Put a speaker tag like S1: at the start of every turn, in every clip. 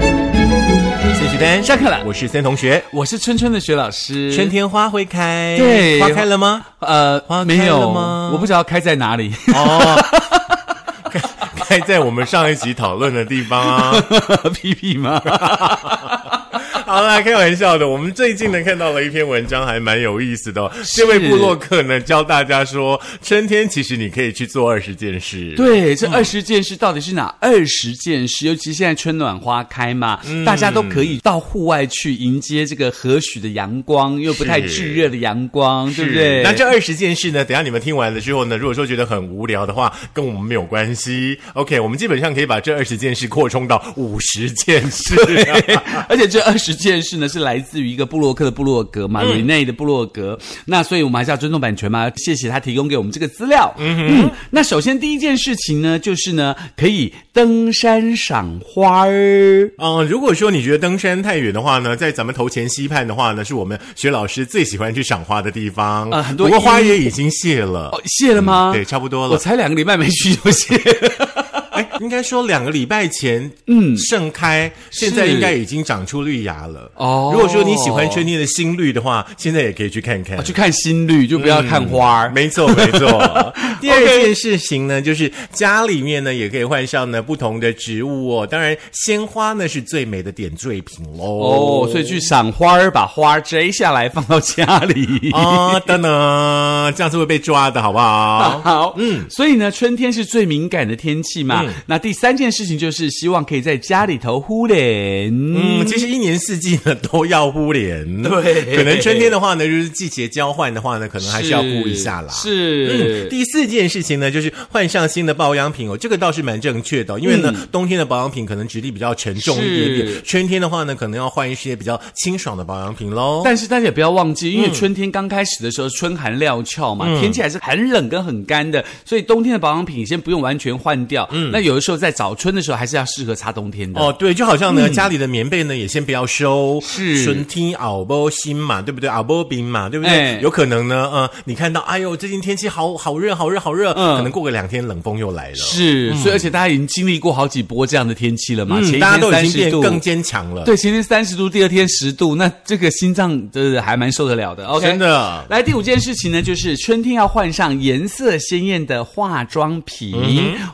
S1: 孙学丹，
S2: 下课了
S1: 我是森同学。
S2: 我是春春的学老师，
S1: 春天花会开，
S2: 对
S1: 花开了 吗？
S2: 呃
S1: 花
S2: 没
S1: 开
S2: 有
S1: 了吗，
S2: 我不知道开在哪里。
S1: 哦，开开在我们上一集讨论的地方啊。
S2: 屁屁 吗？
S1: 好啦，开玩笑的。我们最近呢看到了一篇文章，还蛮有意思的、哦。这位布洛克呢教大家说，春天其实你可以去做二十件事。，
S2: 对，这二十件事到底是哪二十件事？尤其现在春暖花开嘛，
S1: 嗯
S2: 大家都可以到户外去迎接这个和煦的阳光，又不太
S1: 是
S2: 炙热的阳光，对不对？
S1: 那这二十件事呢？等一下你们听完了之后呢，如果说觉得很无聊的话，跟我们没有关系。OK，我们基本上可以把这二十件事扩充到五十件事。啊
S2: 而且这二十件事呢，是来自于一个布洛克的布洛格嘛，
S1: 嗯
S2: 瑞内的布洛格。那所以我们还是要尊重版权嘛，谢谢他提供给我们这个资料。嗯那首先第一件事情呢，就是呢，可以登山赏花儿。
S1: 嗯，如果说你觉得登山太远的话呢，在咱们头前溪畔的话呢，是我们薛老师最喜欢去赏花的地方。
S2: 啊很多
S1: 不过花
S2: 樱
S1: 也已经谢了。
S2: 哦，谢了吗？
S1: 嗯对，差不多
S2: 我
S1: 了。
S2: 才两个礼拜没去就谢 了。
S1: 哎，应该说两个礼拜前，嗯，盛开，现在应该已经长出绿芽了。
S2: 哦
S1: 如果说你喜欢春天的新绿的话，现在也可以去看看。
S2: 去看新绿就不要看花儿。
S1: 没错，没 错。第二件事情呢，就是家里面呢也可以换上呢不同的植物哦。当然，鲜花呢是最美的点缀品喽。
S2: 哦，所以去赏花儿，把花儿摘下来放到家 里。
S1: 啊，等等，这样子会被抓的，好不啊好？
S2: 好，嗯，所以呢，春天是最敏感的天气嘛。
S1: 嗯
S2: 那第三件事情就是希望可以在家里头呼脸。
S1: 嗯，其实一年四季呢都要呼脸，
S2: 对
S1: 可能春天的话呢，就是季节交换的话呢，可能还是要呼一下啦。嗯
S2: 是，
S1: 第四件事情呢，就是换上新的保养品哦，这个倒是蛮正确的哦、因为呢，冬天的保养品可能质地比较沉重一点
S2: 嗯是
S1: 点，春天的话呢，可能要换一些比较清爽的保养品喽。
S2: 但是大家也不要忘记，因
S1: 嗯
S2: 为春天刚开始的时候，春寒料峭嘛，天气还是很冷跟很干的，所以冬天的保养品先不用完全换掉。那有的时候在早春的时候，还是要适合擦冬天
S1: 嗯
S2: 的。嗯
S1: 哦，对，就好像呢，家里的棉被呢也先不要收，
S2: 是
S1: 春天熬波心嘛，对不对？熬波冰嘛，对不对？
S2: 哎
S1: 有可能呢，呃，你看到，哎呦，最近天气好好热，好热，好热，
S2: 嗯
S1: 可能过个两天冷风又来了。
S2: 是，所以而且大家已经经历过好几波这样的天气了嘛，前一
S1: 嗯，
S2: 天
S1: 大家都已
S2: 30
S1: 经变
S2: 度
S1: 更坚强了。
S2: 对，前天三十度，第二天十度，那这个心脏就是还蛮受得了的。OK，
S1: 哦真的
S2: 来第五件事情呢，就是春天要换上颜色鲜艳的化妆品，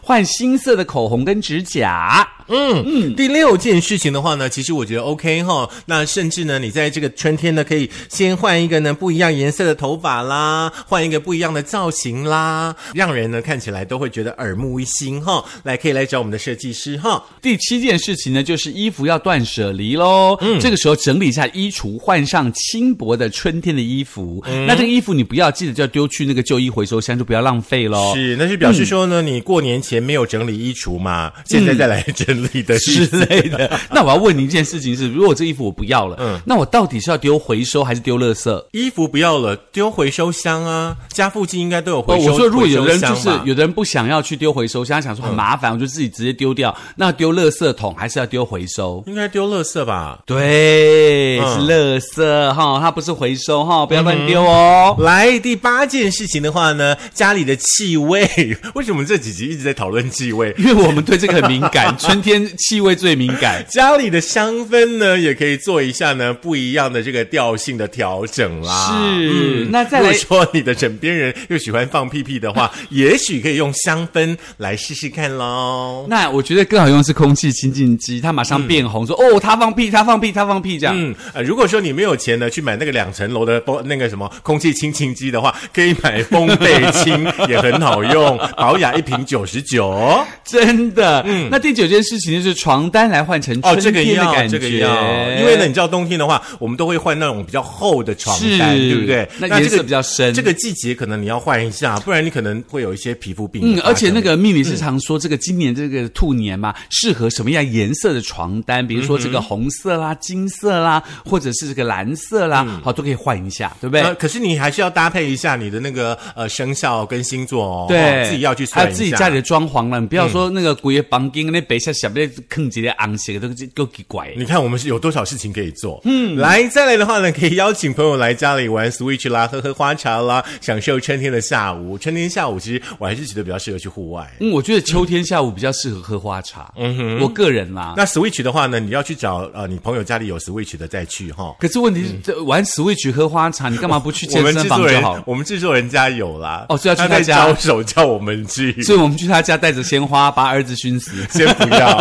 S2: 换新色的口红跟指甲。
S1: 嗯，第六件事情的话呢，其实我觉得 OK 哈。那甚至呢，你在这个春天呢，可以先换一个呢不一样颜色的头发啦，换一个不一样的造型啦，让人呢看起来都会觉得耳目一新哈。来，可以来找我们的设计师哈。
S2: 第七件事情呢，就是衣服要断舍离喽。
S1: 嗯
S2: 这个时候整理一下衣橱，换上轻薄的春天的衣服。
S1: 嗯
S2: 那这个衣服你不要记得就要丢去那个旧衣回收箱，就不要浪费喽。
S1: 是，那是表
S2: 嗯
S1: 示说呢，你过年前没有整理衣橱嘛，现在再来整理 的
S2: 之
S1: 是。
S2: 类的。那我要问你一件事情是：如果这衣服我不要了，
S1: 嗯
S2: 那我到底是要丢回收还是丢垃圾？
S1: 衣服不要了，丢回收箱啊！家附近应该都有回收。
S2: 哦我说如果有的人
S1: 回
S2: 就
S1: 收
S2: 是
S1: 箱吧
S2: 有的人不想要去丢回收箱，想说很麻烦，我就自己直接丢掉。那丢垃圾桶还是要丢回收？
S1: 应该丢垃圾吧？
S2: 对，
S1: 嗯
S2: 是垃圾哈，它不是回收哈，不要乱丢哦。
S1: 来，第八件事情的话呢，家里的气味， 为什么这几集一直在讨论气味？
S2: 因为我们对这个很敏感，春天气味最敏感。
S1: 家里的香氛呢，也可以做一下呢不一样的这个调性的调整啦。嗯
S2: 是那再来
S1: 如果说你的枕边人又喜欢放屁屁的 话，也许可以用香氛来试试看喽。
S2: 那我觉得更好用的是空气清净机，它马上变红，说哦，他放屁，他放屁，他放屁这样。
S1: 嗯，呃，如果说你没有钱呢，去买那个两层楼的风那个什么空气清净机的话，可以买风贝清， 也很好用，保养一瓶九十九。
S2: 真的，那第九件事情就是床单来换成
S1: 哦，
S2: 春
S1: 这个
S2: 天的
S1: 要，
S2: 感
S1: 这
S2: 觉，
S1: 个要，因为呢，你知道冬天的话，我们都会换那种比较厚的床单，
S2: 是
S1: 对不对？
S2: 那
S1: 这
S2: 颜色
S1: 个
S2: 比较深
S1: 这个季节可能你要换一下，不然你可能会有一些皮肤病。
S2: 嗯，而且那。个命理师常说，这个今年这个兔年嘛，适合什么样颜色的床单？比如说这
S1: 嗯
S2: 个红色啦、金色啦，或者是这个蓝色啦，
S1: 嗯
S2: 好都可以换一下，对不对？
S1: 呃，可是你还是要搭配一下你的那个呃生肖跟星座哦，
S2: 对，
S1: 自己要去算
S2: 还
S1: 一下，
S2: 有自己家里的装潢了，你不要说那个鬼房间那北下想不到坑几个昂些都够奇怪的。
S1: 你看我们是有多少事情可以做，嗯，来再来的话呢，可以邀请朋友来家里玩 Switch 啦，喝喝花茶啦，享受春天的下午。春天下午其实我还是觉得比较适合去户外。
S2: 嗯，我觉得秋天下午比较适合喝花茶。嗯哼，我个人啦。
S1: 那 Switch 的话呢，你要去找呃你朋友家里有 Switch 的再去哈。
S2: 可是问题是，这玩 Switch 喝花茶，你干嘛不去
S1: 嗯我
S2: 哦健
S1: 们
S2: 身
S1: 制
S2: 房
S1: 作
S2: 就
S1: 人
S2: 好，了？
S1: 我们制作人家有啦，
S2: 哦所以要去
S1: 在
S2: 他家
S1: 招手叫我们去。
S2: 所以我们去他家带着鲜花把儿子熏死。
S1: 先不 要。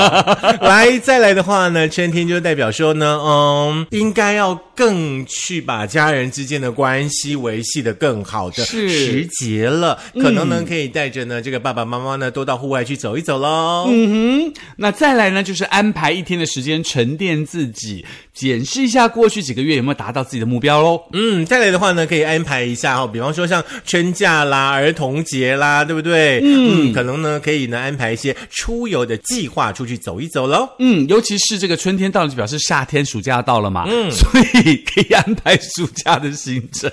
S1: 来，再来的话呢，春天就代表说呢，嗯，应该要更去把家人之间的关系维系的更好的
S2: 是嗯
S1: 时节了，可能呢、可以带着呢这个爸爸妈妈呢多到户外去走一走喽。嗯，
S2: 那再来呢，就是安排一天的时间沉淀自己，检视一下过去几个月有没有达到自己的目标喽。
S1: 嗯再来的话呢，可以安排一下哈、哦，比方说像春假啦、儿童节啦，对不对？嗯，可能呢可以呢安排一些出游的计划，出去走一走喽。
S2: 嗯，尤其是这个春天到了，就表示夏天暑假到了嘛，嗯，所以可以安排暑假的行 程。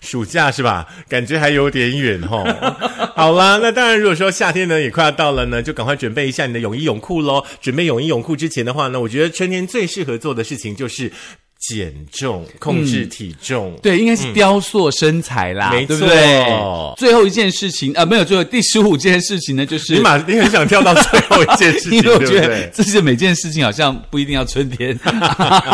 S1: 暑假是吧？感觉还有点远哦。 好啦，那当然，如果说夏天呢也快要到了呢，就赶快准备一下你的泳衣泳裤喽。准备泳衣泳裤之前的话呢，我觉得春天最适合做的事情就是减重，控制体重。
S2: 嗯对，应该是雕塑身材啦，
S1: 嗯没
S2: 对不
S1: 错
S2: 对？最后一件事情啊、没有，最后第十五件事情呢，就是
S1: 你马，你很想跳到最后一件事情，
S2: 因为
S1: 对
S2: 我
S1: 不
S2: 觉得
S1: 对？
S2: 这些每件事情好像不一定要春天。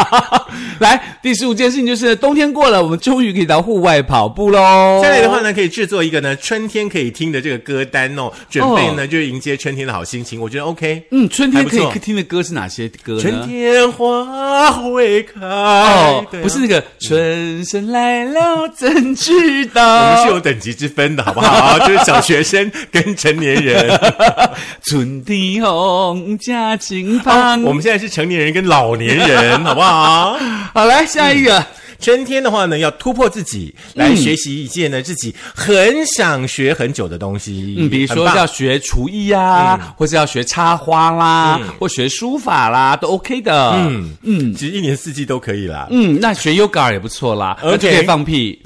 S2: 来，第十五件事情就是冬天过了，我们终于可以到户外跑步喽。
S1: 再来的话呢，可以制作一个呢春天可以听的这个歌单哦，准备呢、就迎接春天的好心情，我觉得 OK。
S2: 嗯，春天可
S1: 还不
S2: 以
S1: 错
S2: 听的歌是哪些歌呢？
S1: 春天花会开，
S2: 哦，
S1: 对啊
S2: 不是那个春生来了，怎知
S1: 我们是
S2: 道？
S1: 有等级之分的，好不 好？就是小学生跟成年人，
S2: 春天红加金棒。
S1: 我们现在是成年人跟老年人，好不好？
S2: 好来下一个，
S1: 春天的话呢，要突破自己，来学习一件呢自己很想学很久的东西。
S2: 嗯，比如说
S1: 很棒嗯
S2: 要学厨艺啊，或是要学插花啦，或学书法啦，都 OK 的。嗯。
S1: 嗯，其实一年四季都可以啦。
S2: 嗯，那学 yoga 也不错啦，那就
S1: OK 嗯
S2: 可以放屁。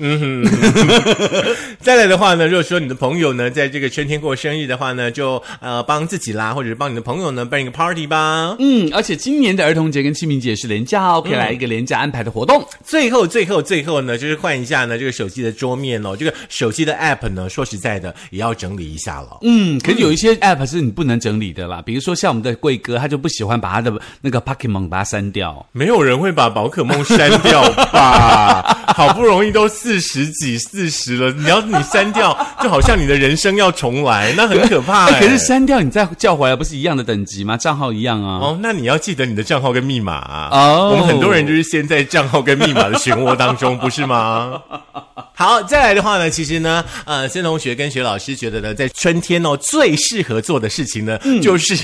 S1: 再来的话呢，如果说你的朋友呢，在这个春天过生日的话呢，就呃帮自己啦，或者是帮你的朋友呢办一个 party 吧。
S2: 嗯，而且今年的儿童节跟清明节是连假哦，可以
S1: 嗯
S2: 来一个连假安排的活动。
S1: 最后，最后，最后呢，就是换一下呢这个手机的桌面哦，这个手机的 app 呢，说实在的，也要整理一下了。
S2: 嗯，可是有一些 app 是你不能整理的啦，比如说像我们的贵哥，他就不喜欢把他的那个 Pokemon 把它删掉。
S1: 没有人会把宝可梦删掉 吧？好不容易都四十几、四十了，你要你删掉，就好像你的人生要重来，那很可怕、
S2: 哎、
S1: 欸。
S2: 可是删掉你再叫回来不是一样的等级吗？账号一样啊。
S1: 哦，那你要记得你的账号跟密码啊
S2: 哦
S1: 我们很多人就是陷在账号跟密码的漩涡当中，不是吗？ 好，再来的话呢，其实呢，呃，森同学跟学老师觉得呢，在春天哦，最适合做的事情呢，就是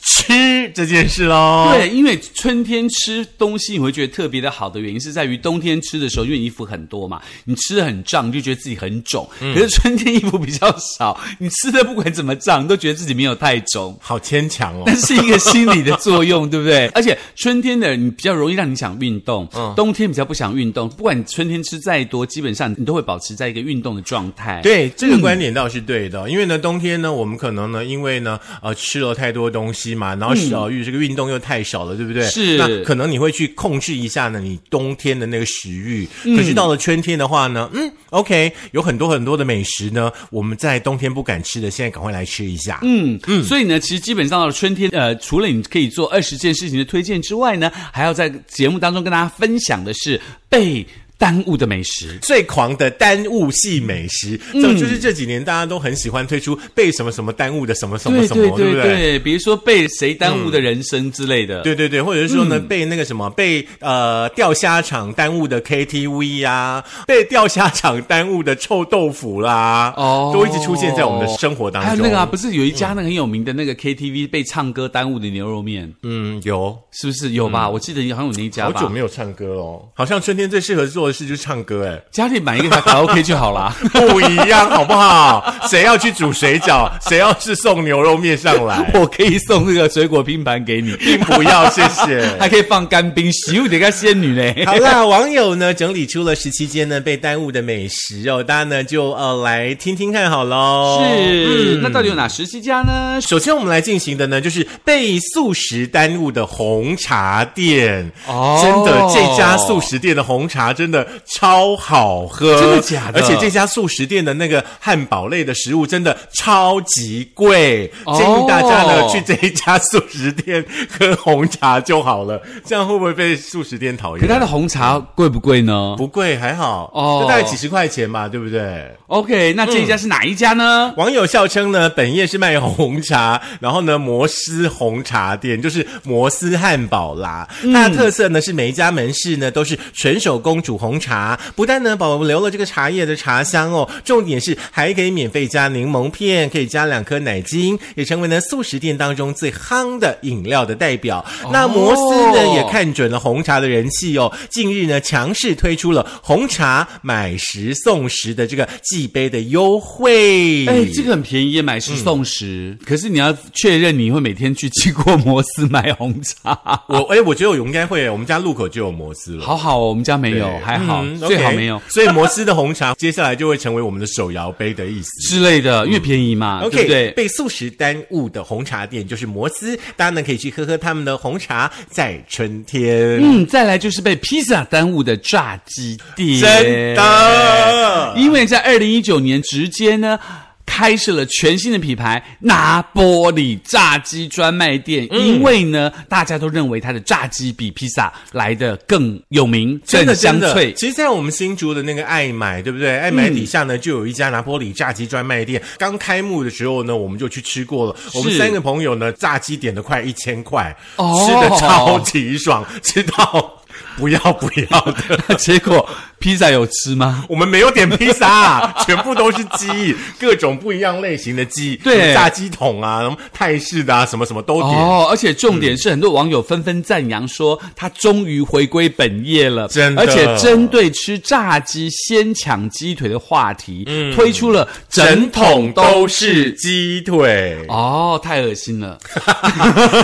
S1: 吃这件事喽。
S2: 对，因为春天吃东西你会觉得特别的好的原因，是在于冬天吃的时候，因为衣服很多嘛，你吃的很胀，你就觉得自己很肿。可是春天衣服比较少，你吃的不管怎么胀，都觉得自己没有太肿。
S1: 好牵强 哦
S2: 但。是一个心理的作用，对 不对？而且春天的你比较容易让你想运动，
S1: 嗯
S2: 冬天比较不想运动。不管你春天吃再多，基本上你都会保持在一个运动的状态。，
S1: 对这
S2: 嗯
S1: 个观点倒是对的哦，因为呢，冬天呢，我们可能呢，因为呢，呃，吃了太多东西嘛，然后少遇这个运动又太少了，对不对？
S2: 嗯是
S1: 那可能你会去控制一下呢，你冬天的那个食欲。
S2: 嗯
S1: 可是到了春天的话呢，嗯，OK，有很多很多的美食呢，我们在冬天不敢吃的，现在赶快来吃一下。嗯，
S2: 嗯，所以呢，其实基本上到了春天，呃，除了你可以做二十件事情的推荐之外呢，还要在节目当中跟大家分享的是被耽误的美食。
S1: 最狂的耽误系美食，
S2: 嗯
S1: 这、就是这几年大家都很喜欢推出被什么什么耽误的什么什么什么，
S2: 对
S1: 不嗯
S2: 对，比如说被谁耽误的人生之类的。
S1: 对对对，或者是说
S2: 嗯
S1: 呢，被那个什么，被呃钓虾场耽误的 KTV 呀、被钓虾场耽误的臭豆腐啦，
S2: 哦
S1: 都一直出现在我们的生活当中。
S2: 还有那个啊，不是有一家
S1: 嗯
S2: 那个很有名的那个 KTV 被唱歌耽误的牛肉面，
S1: 嗯，有嗯
S2: 是不是有吧？我记得好像有那一家
S1: 好
S2: 吧。
S1: 久没有唱歌哦，好像春天最适合做做的事就是唱歌，哎，
S2: 家里买一个卡拉 OK 就好啦。
S1: 不一样，好不好？ 谁要去煮水饺，谁要是送牛肉面上来，
S2: 我可以送那个水果拼盘给你，
S1: 并不要，谢 谢。
S2: 还可以放干冰，喜物得个仙女嘞。
S1: 好啦，网友呢整理出了十七间呢被耽误的美食哦，大家呢就呃来听听看好喽。
S2: 哦是，嗯那到底有哪十七家呢？
S1: 首先我们来进行的呢就是被素食耽误的红茶店
S2: 哦
S1: 真的这家素食店的红茶真的超好喝，
S2: 真的假的
S1: 而且这家素食店的那个汉堡类的食物真的超级贵，
S2: 哦
S1: 建议大家呢去这一家素食店喝红茶就好了，这样会不会被素食店讨厌？
S2: 可它的红茶贵不贵呢
S1: 不贵，还好，
S2: 哦
S1: 就大概几十块钱嘛，对不对？
S2: ？OK，那这一家是哪一家呢？
S1: 网友笑称呢，本业是卖红茶， 然后呢，摩斯红茶店就是摩斯汉堡啦。那特色呢是每一家门市呢都是纯手工煮红茶，不但呢保留了这个茶叶的茶香哦，重点是还可以免费加柠檬片，可以加两颗奶精，也成为呢素食店当中最夯的饮料的代表。那摩斯呢也看准了红茶的人气哦，近日呢强势推出了红茶买十送十的这个寄杯的优惠。
S2: 哎，这个很便宜耶，买十送十。可是你要确认你会每天去经过摩斯买红茶。
S1: 我哎，我觉得我应该会，我们家路口就有摩斯了。
S2: 好好哦，我们家没有
S1: 对，
S2: 还好，
S1: 嗯
S2: 最好
S1: OK
S2: 没有。
S1: 所以摩斯的红茶 接下来就会成为我们的手摇杯的意思。
S2: 之类的，因为便宜嘛，对
S1: OK，
S2: 不啊对？
S1: 被素食耽误的红茶店就是摩斯，大家呢可以去喝喝他们的红茶，在春天。
S2: 嗯，再来就是被披萨耽误的炸鸡店，
S1: 真的
S2: 因为在二零一九年直接呢。开设了全新的品牌拿玻里炸鸡专卖店，因为呢，大家都认为它的炸鸡比披萨来的更有名、
S1: 真
S2: 更
S1: 的
S2: 香
S1: 真的，
S2: 脆。 嗯
S1: 其实，在我们新竹的那个爱买，对不对？爱买底下呢，就有一家拿坡里炸鸡专卖店。刚开幕的时候呢，我们就去吃过了。我们三个朋友呢，炸鸡点的快一千块，
S2: 哦
S1: 吃的超级爽，吃到不要不要的。
S2: 结果披萨有吃吗？
S1: 我们没有点披萨，啊全部都是鸡，各种不一样类型的鸡，
S2: 对
S1: 什么炸鸡桶啊，什么泰式的啊，什么什么都点。
S2: 哦，而且重点是，很多网友纷纷赞扬说，他终于回归本业了，
S1: 真的
S2: 而且针对吃炸鸡先抢鸡腿的话题，
S1: 嗯
S2: 推出了整桶都是。
S1: 鸡腿，
S2: 哦，太恶心了！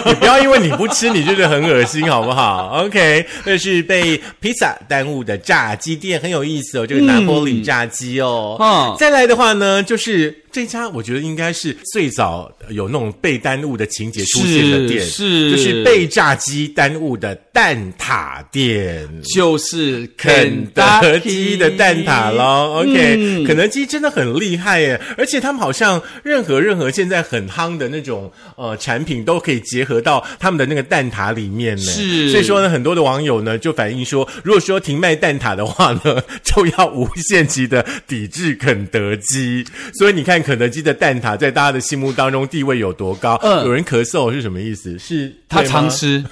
S1: 你不要因为你不吃，你觉得很恶心，好不好？OK，这是被披萨耽误的炸鸡店，很有意思哦，这个拿坡里炸鸡哦。
S2: 嗯
S1: 再来的话呢，就是这家我觉得应该是最早有那种被耽误的情节出现的店，
S2: 是是
S1: 就是被炸鸡耽误的蛋挞店。
S2: 就是
S1: 肯德基的蛋挞
S2: 咯。
S1: 喽，OK，、肯
S2: 嗯
S1: 德基嗯真的很厉害耶，而且他们好像任何任何现在很夯的那种呃产品都可以结合到他们的那个蛋挞里面呢。
S2: 是
S1: 所以说呢，很多的网友呢就反映说，如果说停卖蛋挞的话呢，就要无限期的抵制肯德基。所以你看肯德基的蛋挞在大家的心目当中地位有多高？
S2: 嗯
S1: 有人咳嗽是什么意思？是
S2: 他
S1: 对吗
S2: 常吃，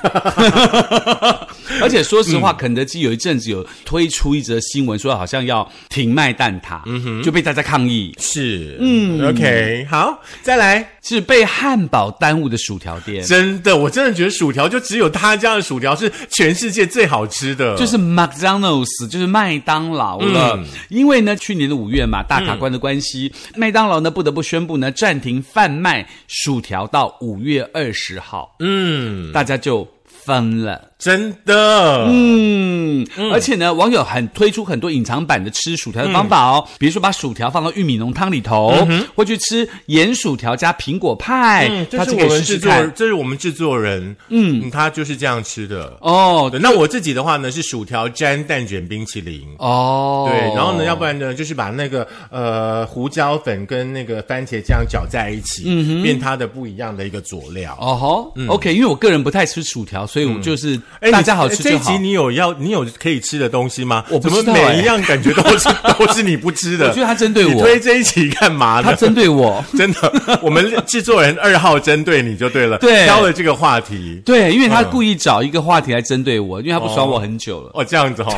S2: 而且说实话，肯德基有一阵子有推出一则新闻，说好像要停卖蛋挞，
S1: 嗯
S2: 就被大家抗议。
S1: 是嗯，OK，好，再来。
S2: 是被汉堡耽误的薯条店，
S1: 真的，我真的觉得薯条就只有他家的薯条是全世界最好吃的，
S2: 就是 McDonald's，就是麦当劳了。
S1: 嗯
S2: 因为呢，去年的五月嘛，大卡关的关系，麦当劳呢不得不宣布呢暂停贩卖薯条到五月二十号，
S1: 嗯，
S2: 大家就分了。
S1: 真的，嗯，
S2: 嗯，而且呢，网友很推出很多隐藏版的吃薯条的方法
S1: 嗯
S2: 哦，比如说把薯条放到玉米浓汤里头，或去吃盐薯条加苹果派，
S1: 嗯这是我
S2: 大家可以
S1: 们
S2: 试试
S1: 制作
S2: 看。，
S1: 这是我们制作人，嗯，他就是这样吃的。
S2: 哦
S1: 对，那我自己的话呢是薯条沾蛋卷冰淇淋。
S2: 哦，
S1: 对，然后呢，要不然呢，就是把那个呃胡椒粉跟那个番茄酱搅在一起，
S2: 嗯
S1: 变它的不一样的一个佐料。
S2: 哦吼、o
S1: 嗯
S2: k 因为我个人不太吃薯条，所以我就是、
S1: 哎，
S2: 大
S1: 你
S2: 家好
S1: 哎
S2: 吃
S1: 这
S2: 就
S1: 一
S2: 好
S1: 集。你有要你有可以吃的东西吗？
S2: 我
S1: 怎
S2: 不
S1: 么
S2: 知道哎
S1: 每一样感觉都 是都是你不吃的？
S2: 我觉得他针对
S1: 你
S2: 我，
S1: 推这一集干嘛
S2: 他
S1: 呢？
S2: 针对我。
S1: 真的，我们制作人二号针对你就对了，
S2: 对
S1: 挑了这个话题。
S2: 对，因为他故意找一个话题来针对我，因为他不爽我很久了。
S1: 哦，这样子哦。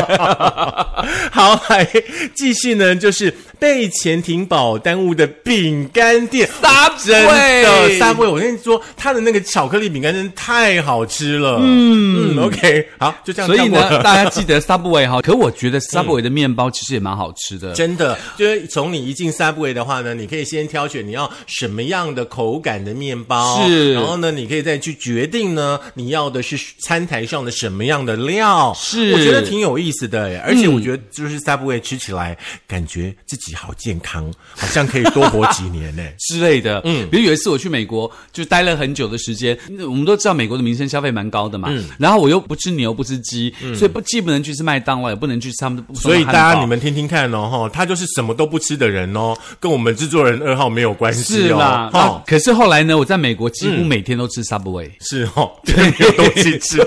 S1: 好，来继续呢，就是被潜艇堡耽误的饼干店，
S2: Subway
S1: 真的 Subway，我跟你说，它的那个巧克力饼干真的太好吃了。了。嗯，OK，好，就这样
S2: 所
S1: 跳
S2: 以
S1: 过了。
S2: 呢，大家记得 Subway 哈，可我
S1: 嗯
S2: 觉得 Subway 的面包其实也蛮好吃的。
S1: 真的，就是从你一进 Subway 的话呢，你可以先挑选你要什么样的口感的面包，
S2: 是
S1: 然后呢，你可以再去决定呢，你要的是餐台上的什么样的料，
S2: 是嗯
S1: 我觉得挺有意思的耶，而且我觉得就是 Subway 吃起来，感觉自己好健康，好像可以多活几年 呢。
S2: 之类的，嗯，比如有一次我去美国，就待了很久的时间。我们都知道美国的民生消费蛮高的嘛，
S1: 嗯
S2: 然后我又不吃牛不吃鸡，所以不既不能去吃麦当劳，也不能去吃他们的。
S1: 所以大
S2: 汉堡
S1: 家你们听听看哦，哈，他就是什么都不吃的人哦，跟我们制作人二号没有关系
S2: 是
S1: 哦，嗯哈
S2: 啦、那可是后来呢，我在美国几乎每天都吃 Subway。
S1: 是哦，没有东西吃。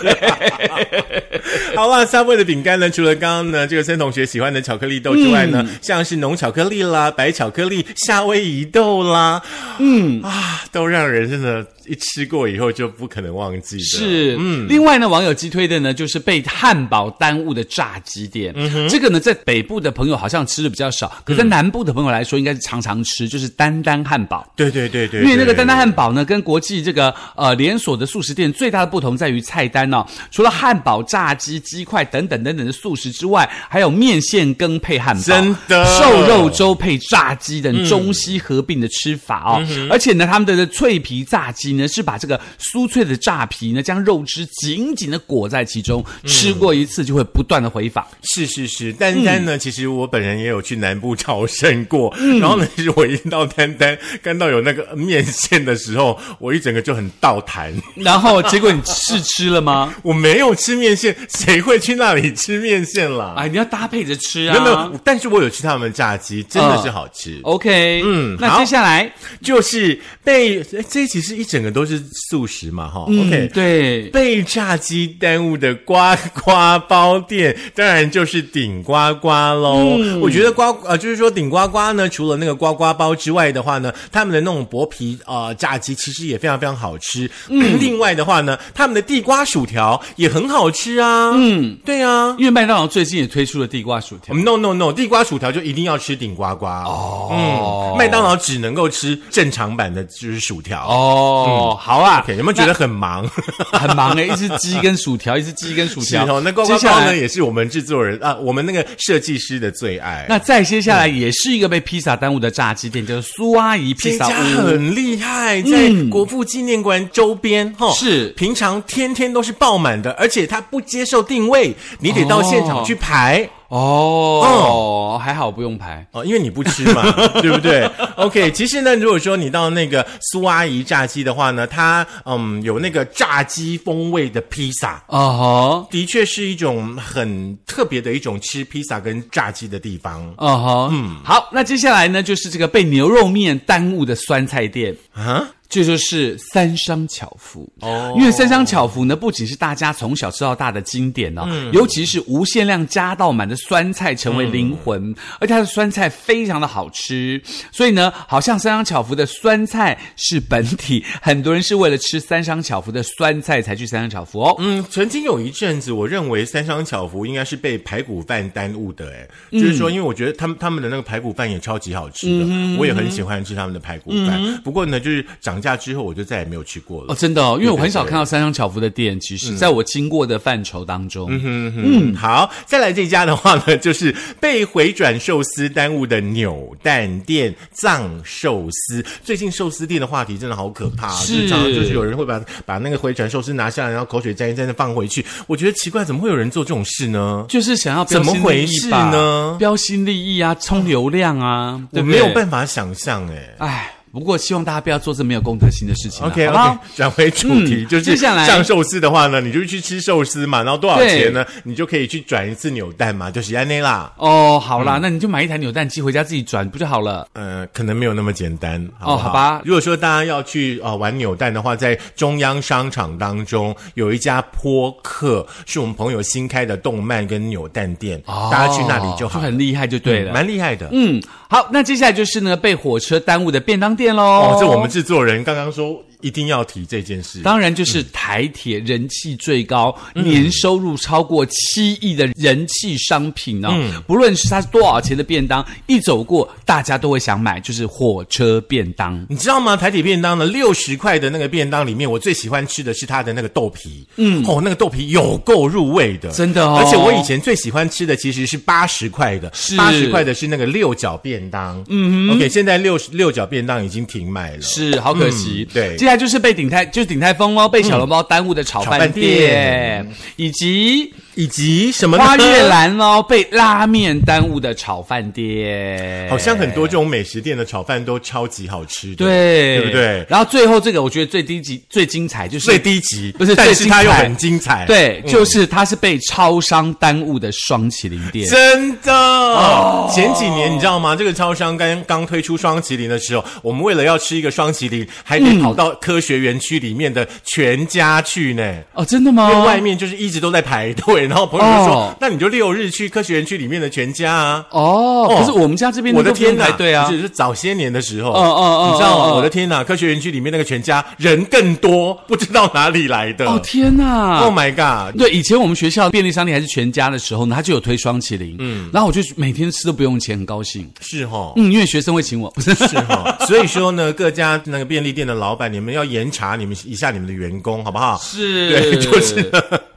S1: 好啦，Subway 的饼干呢，除了刚刚呢这个森同学喜欢的巧克力豆之外呢，像是浓巧克力啦、白巧克力、夏威夷豆啦，嗯啊，都让人真的，一吃过以后就不可能忘记的。
S2: 是，嗯，另外呢，网友击推的呢，就是被汉堡耽误的炸鸡店。
S1: 嗯
S2: 这个呢，在北部的朋友好像吃的比较少，可在南部的朋友来说，应该是常常吃，就是丹丹汉堡。
S1: 对对对对，
S2: 因为那个
S1: 对
S2: 丹丹汉堡呢，跟国际这个呃连锁的素食店最大的不同在于菜单哦，除了汉堡、炸鸡、鸡块等等等等的素食之外，还有面线羹配汉堡，
S1: 真的嗯
S2: 瘦肉粥配炸鸡等中西合并的吃法哦。而且呢，他们的脆皮炸鸡呢，是把这个酥脆的炸皮呢，将肉汁紧紧的裹在其中，
S1: 嗯
S2: 吃过一次就会不断的回访。
S1: 是是是，丹丹呢，其实我本人也有去南部朝圣过，然后呢，其实我一到丹丹，看到有那个面线的时候，我一整个就很倒弹。
S2: 然后结果你试吃 了吗？
S1: 我没有吃面线，谁会去那里吃面线啦？
S2: 啊，你要搭配着吃啊！
S1: 没有没有，但是我有吃他们炸鸡，真的是好吃。
S2: OK，
S1: 嗯
S2: 嗯，
S1: 好
S2: 那接下来，
S1: 就是被诶这一集是一整个都是素食嘛，哈、
S2: 嗯
S1: OK，。
S2: 对。
S1: 被炸鸡耽误的呱呱包店，当然就是顶呱呱喽。
S2: 嗯
S1: 我觉得呱呃，就是说顶呱呱呢，除了那个呱呱包之外的话呢，他们的那种薄皮呃炸鸡其实也非常非常好吃。
S2: 嗯
S1: 另外的话呢，他们的地瓜薯条也很好吃啊。嗯，对啊。
S2: 因为麦当劳最近也推出了地瓜薯条，
S1: No no no，地瓜薯条就一定要吃顶呱呱哦。嗯，麦当劳只能够吃正常版的，就是薯条。
S2: 哦，好啊
S1: OK，有没有觉得很忙？
S2: 很忙欸诶，一只鸡跟薯条，一只鸡跟薯
S1: 是
S2: 条
S1: 哦，。那呱呱
S2: 接
S1: 包
S2: 下
S1: 呢，
S2: 来，
S1: 也是我们制作人啊，我们那个设计师的最爱。
S2: 那再接下来
S1: 嗯
S2: 也是一个被披萨耽误的炸鸡店，叫做苏阿姨
S1: 这
S2: 披萨
S1: 家
S2: 屋。嗯
S1: 很厉害，在国父纪念馆周边哈、
S2: 是
S1: 平常天天都是爆满的，而且它不接受定位，你得到现场去排
S2: 哦，还好不用排。
S1: 哦，因为你不吃嘛， 对不对？OK，其实呢，如果说你到那个苏阿姨炸鸡的话呢，它嗯有那个炸鸡风味的披萨，
S2: 哦
S1: 的确是一种很特别的一种吃披萨跟炸鸡的地方
S2: 吼，哦吼，嗯，好，那接下来呢，就是这个被牛肉面耽误的酸菜店。
S1: 啊。
S2: 这就是三商巧福
S1: 哦
S2: 哦，因为三商巧福呢，不仅是大家从小吃到大的经典哦，
S1: 嗯
S2: 尤其是无限量加到满的酸菜成为灵魂，
S1: 嗯
S2: 而且它的酸菜非常的好吃，所以呢，好像三商巧福的酸菜是本体，很多人是为了吃三商巧福的酸菜才去三商巧福哦。
S1: 嗯，曾经有一阵子，我认为三商巧福应该是被排骨饭耽误的，哎、就是说，因为我觉得他们他们的那个排骨饭也超级好吃的，我也很喜欢吃他们的排骨饭。不过呢，就是涨价之后，我就再也没有去过了。
S2: 哦，真的哦，因为我很少
S1: 对对对
S2: 看到三商巧福的店，其实在我经过的范畴当中，
S1: 嗯，好，再来这家的话呢，就是被回转寿司耽误的扭蛋店藏寿司。最近寿司店的话题真的好可怕、啊，
S2: 是
S1: 就是常常就是有人会把把那个回转寿司拿下来，然后口水沾一沾的放回去。我觉得奇怪，怎么会有人做这种事呢？
S2: 就是想要标
S1: 怎么
S2: 新立
S1: 回
S2: 异
S1: 事
S2: 吧
S1: 呢
S2: 标新立异啊，冲流量啊，对
S1: 我
S2: 不
S1: 没
S2: 对
S1: 有办法想象哎、
S2: 哎，不过希望大家不要做这没有公德心的事情啊
S1: OK
S2: 好不
S1: OK，
S2: 好？
S1: 转回主题，
S2: 嗯
S1: 就是
S2: 接下来
S1: 上寿司的话呢，你就去吃寿司嘛，然后多少钱呢？你就可以去转一次扭蛋嘛，就是安内啦。
S2: 哦，好啦，那你就买一台扭蛋机回家自己转不就好了？
S1: 呃，可能没有那么简单，好
S2: 哦
S1: 不好
S2: 好吧
S1: 如果说大家要去啊、呃玩扭蛋的话，在中央商场当中有一家坡克，是我们朋友新开的动漫跟扭蛋店，
S2: 啊
S1: 大家去那里就
S2: 就
S1: 好，嗯
S2: 哦很厉害就对嗯了。
S1: 蛮厉害的。
S2: 嗯，好，那接下来就是呢，被火车耽误的便当店喽。
S1: 哦哦，这我们制作人刚刚说一定要提这件事。
S2: 当然，就是台铁人气最高、年收入超过七亿的人气商品哦。不论是它是多少钱的便当，一走过大家都会想买，就是火车便当。
S1: 你知道吗？台铁便当呢，六十块的那个便当里面，我最喜欢吃的是它的那个豆皮。嗯，哦，那个豆皮有够入味的，
S2: 真的哦
S1: 而且我以前最喜欢吃的其实是八十块的，
S2: 是
S1: 八十块的是那个六角便当。嗯，OK，现在六六角便当已经停卖了。
S2: 是，好可惜。
S1: 嗯对
S2: 接下来就是被鼎泰，就是鼎泰丰哦，被小笼包耽误的炒
S1: 炒饭
S2: 饭
S1: 店
S2: 店，
S1: 嗯
S2: 以及
S1: 以及什么呢
S2: 花月兰哦，被拉面耽误的炒饭店，
S1: 好像很多这种美食店的炒饭都超级好吃的，
S2: 对，
S1: 对不对？
S2: 然后最后这个我觉得最低级、最精彩就是
S1: 最低级
S2: 不是
S1: 但
S2: 最
S1: 是
S2: 精
S1: 它
S2: 彩
S1: 又很精彩，
S2: 对，
S1: 嗯
S2: 就是它是被超商耽误的双麒麟店。
S1: 真的，哦前几年你知道吗？这个超商刚刚推出双麒麟的时候，我们为了要吃一个双麒麟，还得
S2: 嗯
S1: 跑到科学园区里面的全家去呢。
S2: 哦，真的
S1: 因
S2: 吗？
S1: 为外面就是一直都在排队，然后朋友就说：“
S2: 哦
S1: 那你就六日去科学园区里面的全家啊。”
S2: 哦，
S1: 哦
S2: 可是我们家这边
S1: 我的
S2: 都不用
S1: 天哪！
S2: 排队啊
S1: 就，是早些年的时候，
S2: 哦哦哦
S1: 你知道
S2: 哦
S1: 吗？
S2: 哦
S1: 我的天哪！科学园区里面那个全家人更多，不知道哪里来的。
S2: 哦天哪！
S1: Oh my god！
S2: 对，以前我们学校便利商店还是全家的时候呢，他就有推双麒麟，嗯，然后我就每天吃都不用钱，很高兴，
S1: 是哈。
S2: 嗯，因为学生会请我，不是
S1: 是 哈、哦所以说呢，各家那个便利店的老板，你们要严查你们一下你们的员工，好不好？
S2: 是
S1: 对， 就是。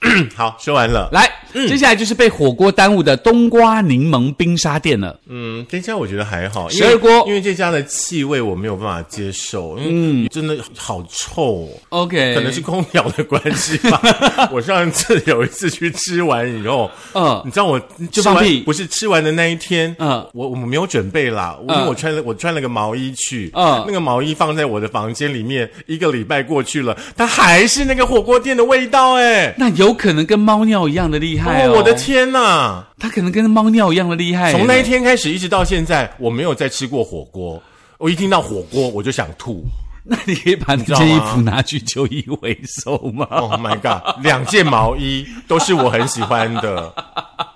S1: 嗯好，说完了。
S2: 来，接下来就是被火锅耽误的冬瓜柠檬冰沙店了。
S1: 嗯，这家我觉得还好，
S2: 十二锅
S1: 因为因为这家的气味我没有办法接受，因为真的好臭、哦。
S2: OK，
S1: 可能是空调的关系吧。 我上次有一次去吃完以后，
S2: 嗯
S1: 你知道我吃
S2: 就放
S1: 完
S2: 屁
S1: 不是吃完的那一天，
S2: 嗯
S1: 我我们没有准备啦，因为
S2: 嗯
S1: 我穿了我穿了个毛衣去，
S2: 嗯
S1: 那个毛衣放在我的房间里面，一个礼拜过去了，它还是那个火锅店的味道哎、
S2: 那有可能跟猫尿一样的厉害
S1: 哦，
S2: 哦！
S1: 我的，天呐！
S2: 它可能跟猫尿一样的厉害。
S1: 从那一天开始一直到现在，我没有再吃过火锅。我一听到火锅我就想吐。
S2: 那你可以把你
S1: 知道
S2: 这
S1: 吗
S2: 衣服拿去就医回收吗？
S1: Oh my god！两件毛衣都是我很喜欢 的。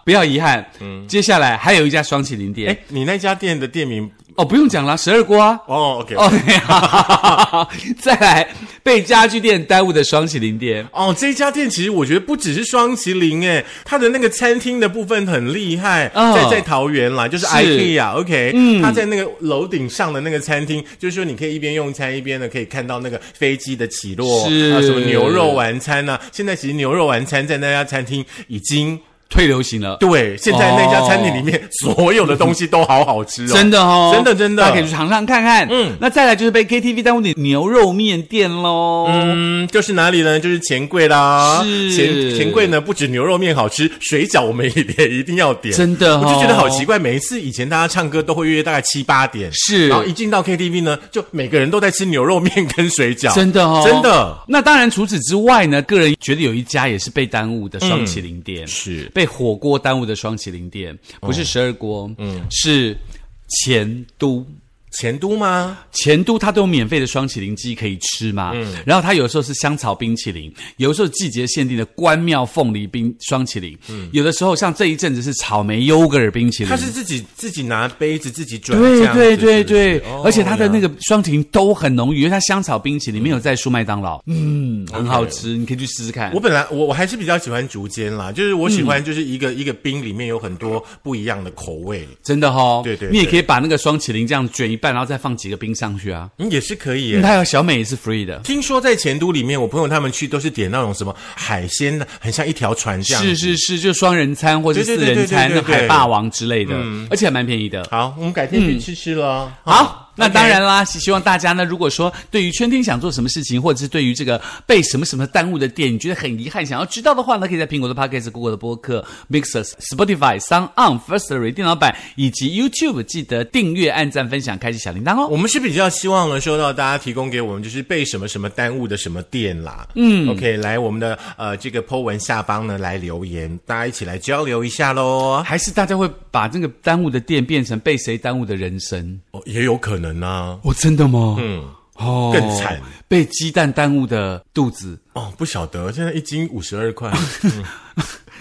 S2: 不要遗憾。嗯，接下来还有一家双麒麟店
S1: 哎，你那家店的店名
S2: 哦，不用讲了，十二锅啊。
S1: 哦，OK，哦
S2: OK，哈哈哈哈啊 再来被家具店耽误的双麒麟店。
S1: 哦这家店其实我觉得不只是双麒麟诶，它的那个餐厅的部分很厉害，
S2: 嗯
S1: 在在桃园啦，就是
S2: 是嗯
S1: IKEA，OK，、它在那个楼顶上的那个餐厅，就是说你可以一边用餐一边呢可以看到那个飞机的起落，
S2: 是
S1: 啊，什么牛肉晚餐呐、现在其实牛肉晚餐在那家餐厅已经
S2: 退流行了，
S1: 对，现在那家餐厅里面所有的东西都好好吃哦，
S2: 哦真的哦，
S1: 真的真的
S2: 大家可以去尝尝看看。
S1: 嗯
S2: 嗯，那再来就是被 KTV 耽误的牛肉面店喽。
S1: 嗯，就是哪里呢？就是钱柜啦。
S2: 是
S1: 钱钱柜呢，不止牛肉面好吃，水饺我们也也一定要点。
S2: 真的哦
S1: 我就觉得好奇怪。每一次以前大家唱歌都会约大概七八点，
S2: 是
S1: 然后一进到 KTV 呢，就每个人都在吃牛肉面跟水饺，
S2: 真的哦，
S1: 真的。
S2: 那当然，除此之外呢，个人觉得有一家也是被耽误的双麒麟店，
S1: 嗯是
S2: 被火锅耽误的双麒麟店，不是十二锅，嗯，是前都。
S1: 前都吗？
S2: 前都它都有免费的双麒麟鸡可以吃嘛，
S1: 嗯
S2: 然后它有时候是香草冰淇淋，有的时候季节限定的关庙凤梨冰双麒麟，有的时候像这一阵子是草莓优格尔冰淇淋，
S1: 他嗯是自己自己拿杯子自己转，这
S2: 对
S1: 样子
S2: 对
S1: 是不
S2: 对
S1: 是
S2: 对，
S1: 哦
S2: 而且它的
S1: 原来
S2: 那个双麒麟都很浓郁，因为它香草冰淇淋没有再输麦当劳，嗯，很好吃，你可以去试试看
S1: 我。本来我我还是比较喜欢竹间啦，就是我喜欢就是一个、一个冰里面有很多不一样的口味，
S2: 真的哦，
S1: 对对对
S2: 你也可以把那个双麒麟这样卷一半，然后再放几个冰上去啊。
S1: 嗯，也是可以耶。
S2: 它有小美也是 free 的，
S1: 听说在前都里面，我朋友他们去都是点那种什么海鲜的，很像一条船这样。
S2: 是。是是，就双人餐或者
S1: 对
S2: 四
S1: 对对
S2: 人餐、
S1: 对
S2: 那
S1: 对对对嗯
S2: 海霸王之类的，而且还蛮便宜的。
S1: 好，我们改天去吃吃了。
S2: 好，那
S1: OK
S2: 当然啦，希希望大家呢，如果说对于春天想做什么事情，或者是对于这个被什么什么耽误的店，你觉得很遗憾，想要知道的话呢，可以在苹果的 Podcast、Google 的播客、Mixer、Spotify、s o n On、Firstory 电脑版以及 YouTube 记得订阅、按赞、分享、开启小铃铛哦。
S1: 我们是比较希望能收到大家提供给我们，就是被什么什么耽误的什么店啦。嗯，OK，来我们的呃这个 po 文下方呢来留言，大家一起来交流一下喽。
S2: 还是大家会把这个耽误的店变成被谁耽误的人生？
S1: 哦，也有可能啊。
S2: 哦，真的吗？
S1: 嗯，
S2: 哦，
S1: 更惨，
S2: 被鸡蛋耽误的肚子。
S1: 哦，不晓得，现在一斤五十二块，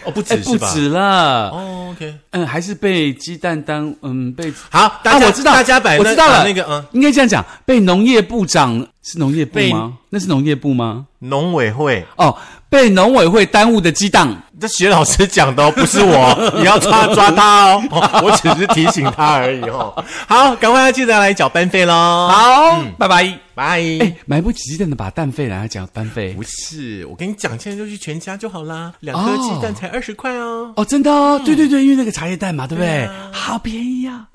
S1: 哦，不
S2: 哎，
S1: 止
S2: 不
S1: 是吧？
S2: 止了，
S1: 哦，OK。
S2: 嗯，还是被鸡蛋当，嗯，被
S1: 好，大
S2: 啊，
S1: 家、
S2: 我知道，
S1: 大家摆
S2: 我
S1: 那
S2: 知道
S1: 把
S2: 了。
S1: 那个嗯，
S2: 应该这样讲，被农业部长是农业部
S1: 被
S2: 吗？那是农业部吗？
S1: 农委会，
S2: 哦，被农委会耽误的鸡蛋。
S1: 这徐老师讲的哦，不是 我，你要抓抓他哦哦 我只是提醒他而已哦。好，赶快要记得来缴班费喽，
S2: 好，
S1: 嗯
S2: 拜拜。
S1: 拜。
S2: 哎，买不起鸡蛋的把蛋费拿来讲蛋费
S1: 不。是，我跟你讲，现在就去全家就好啦，两颗鸡蛋才二十块哦。
S2: 哦，真的哦，对对对，因为那个茶叶蛋嘛，对
S1: 嗯
S2: 不
S1: 对
S2: 对
S1: 啊？
S2: 好便宜啊！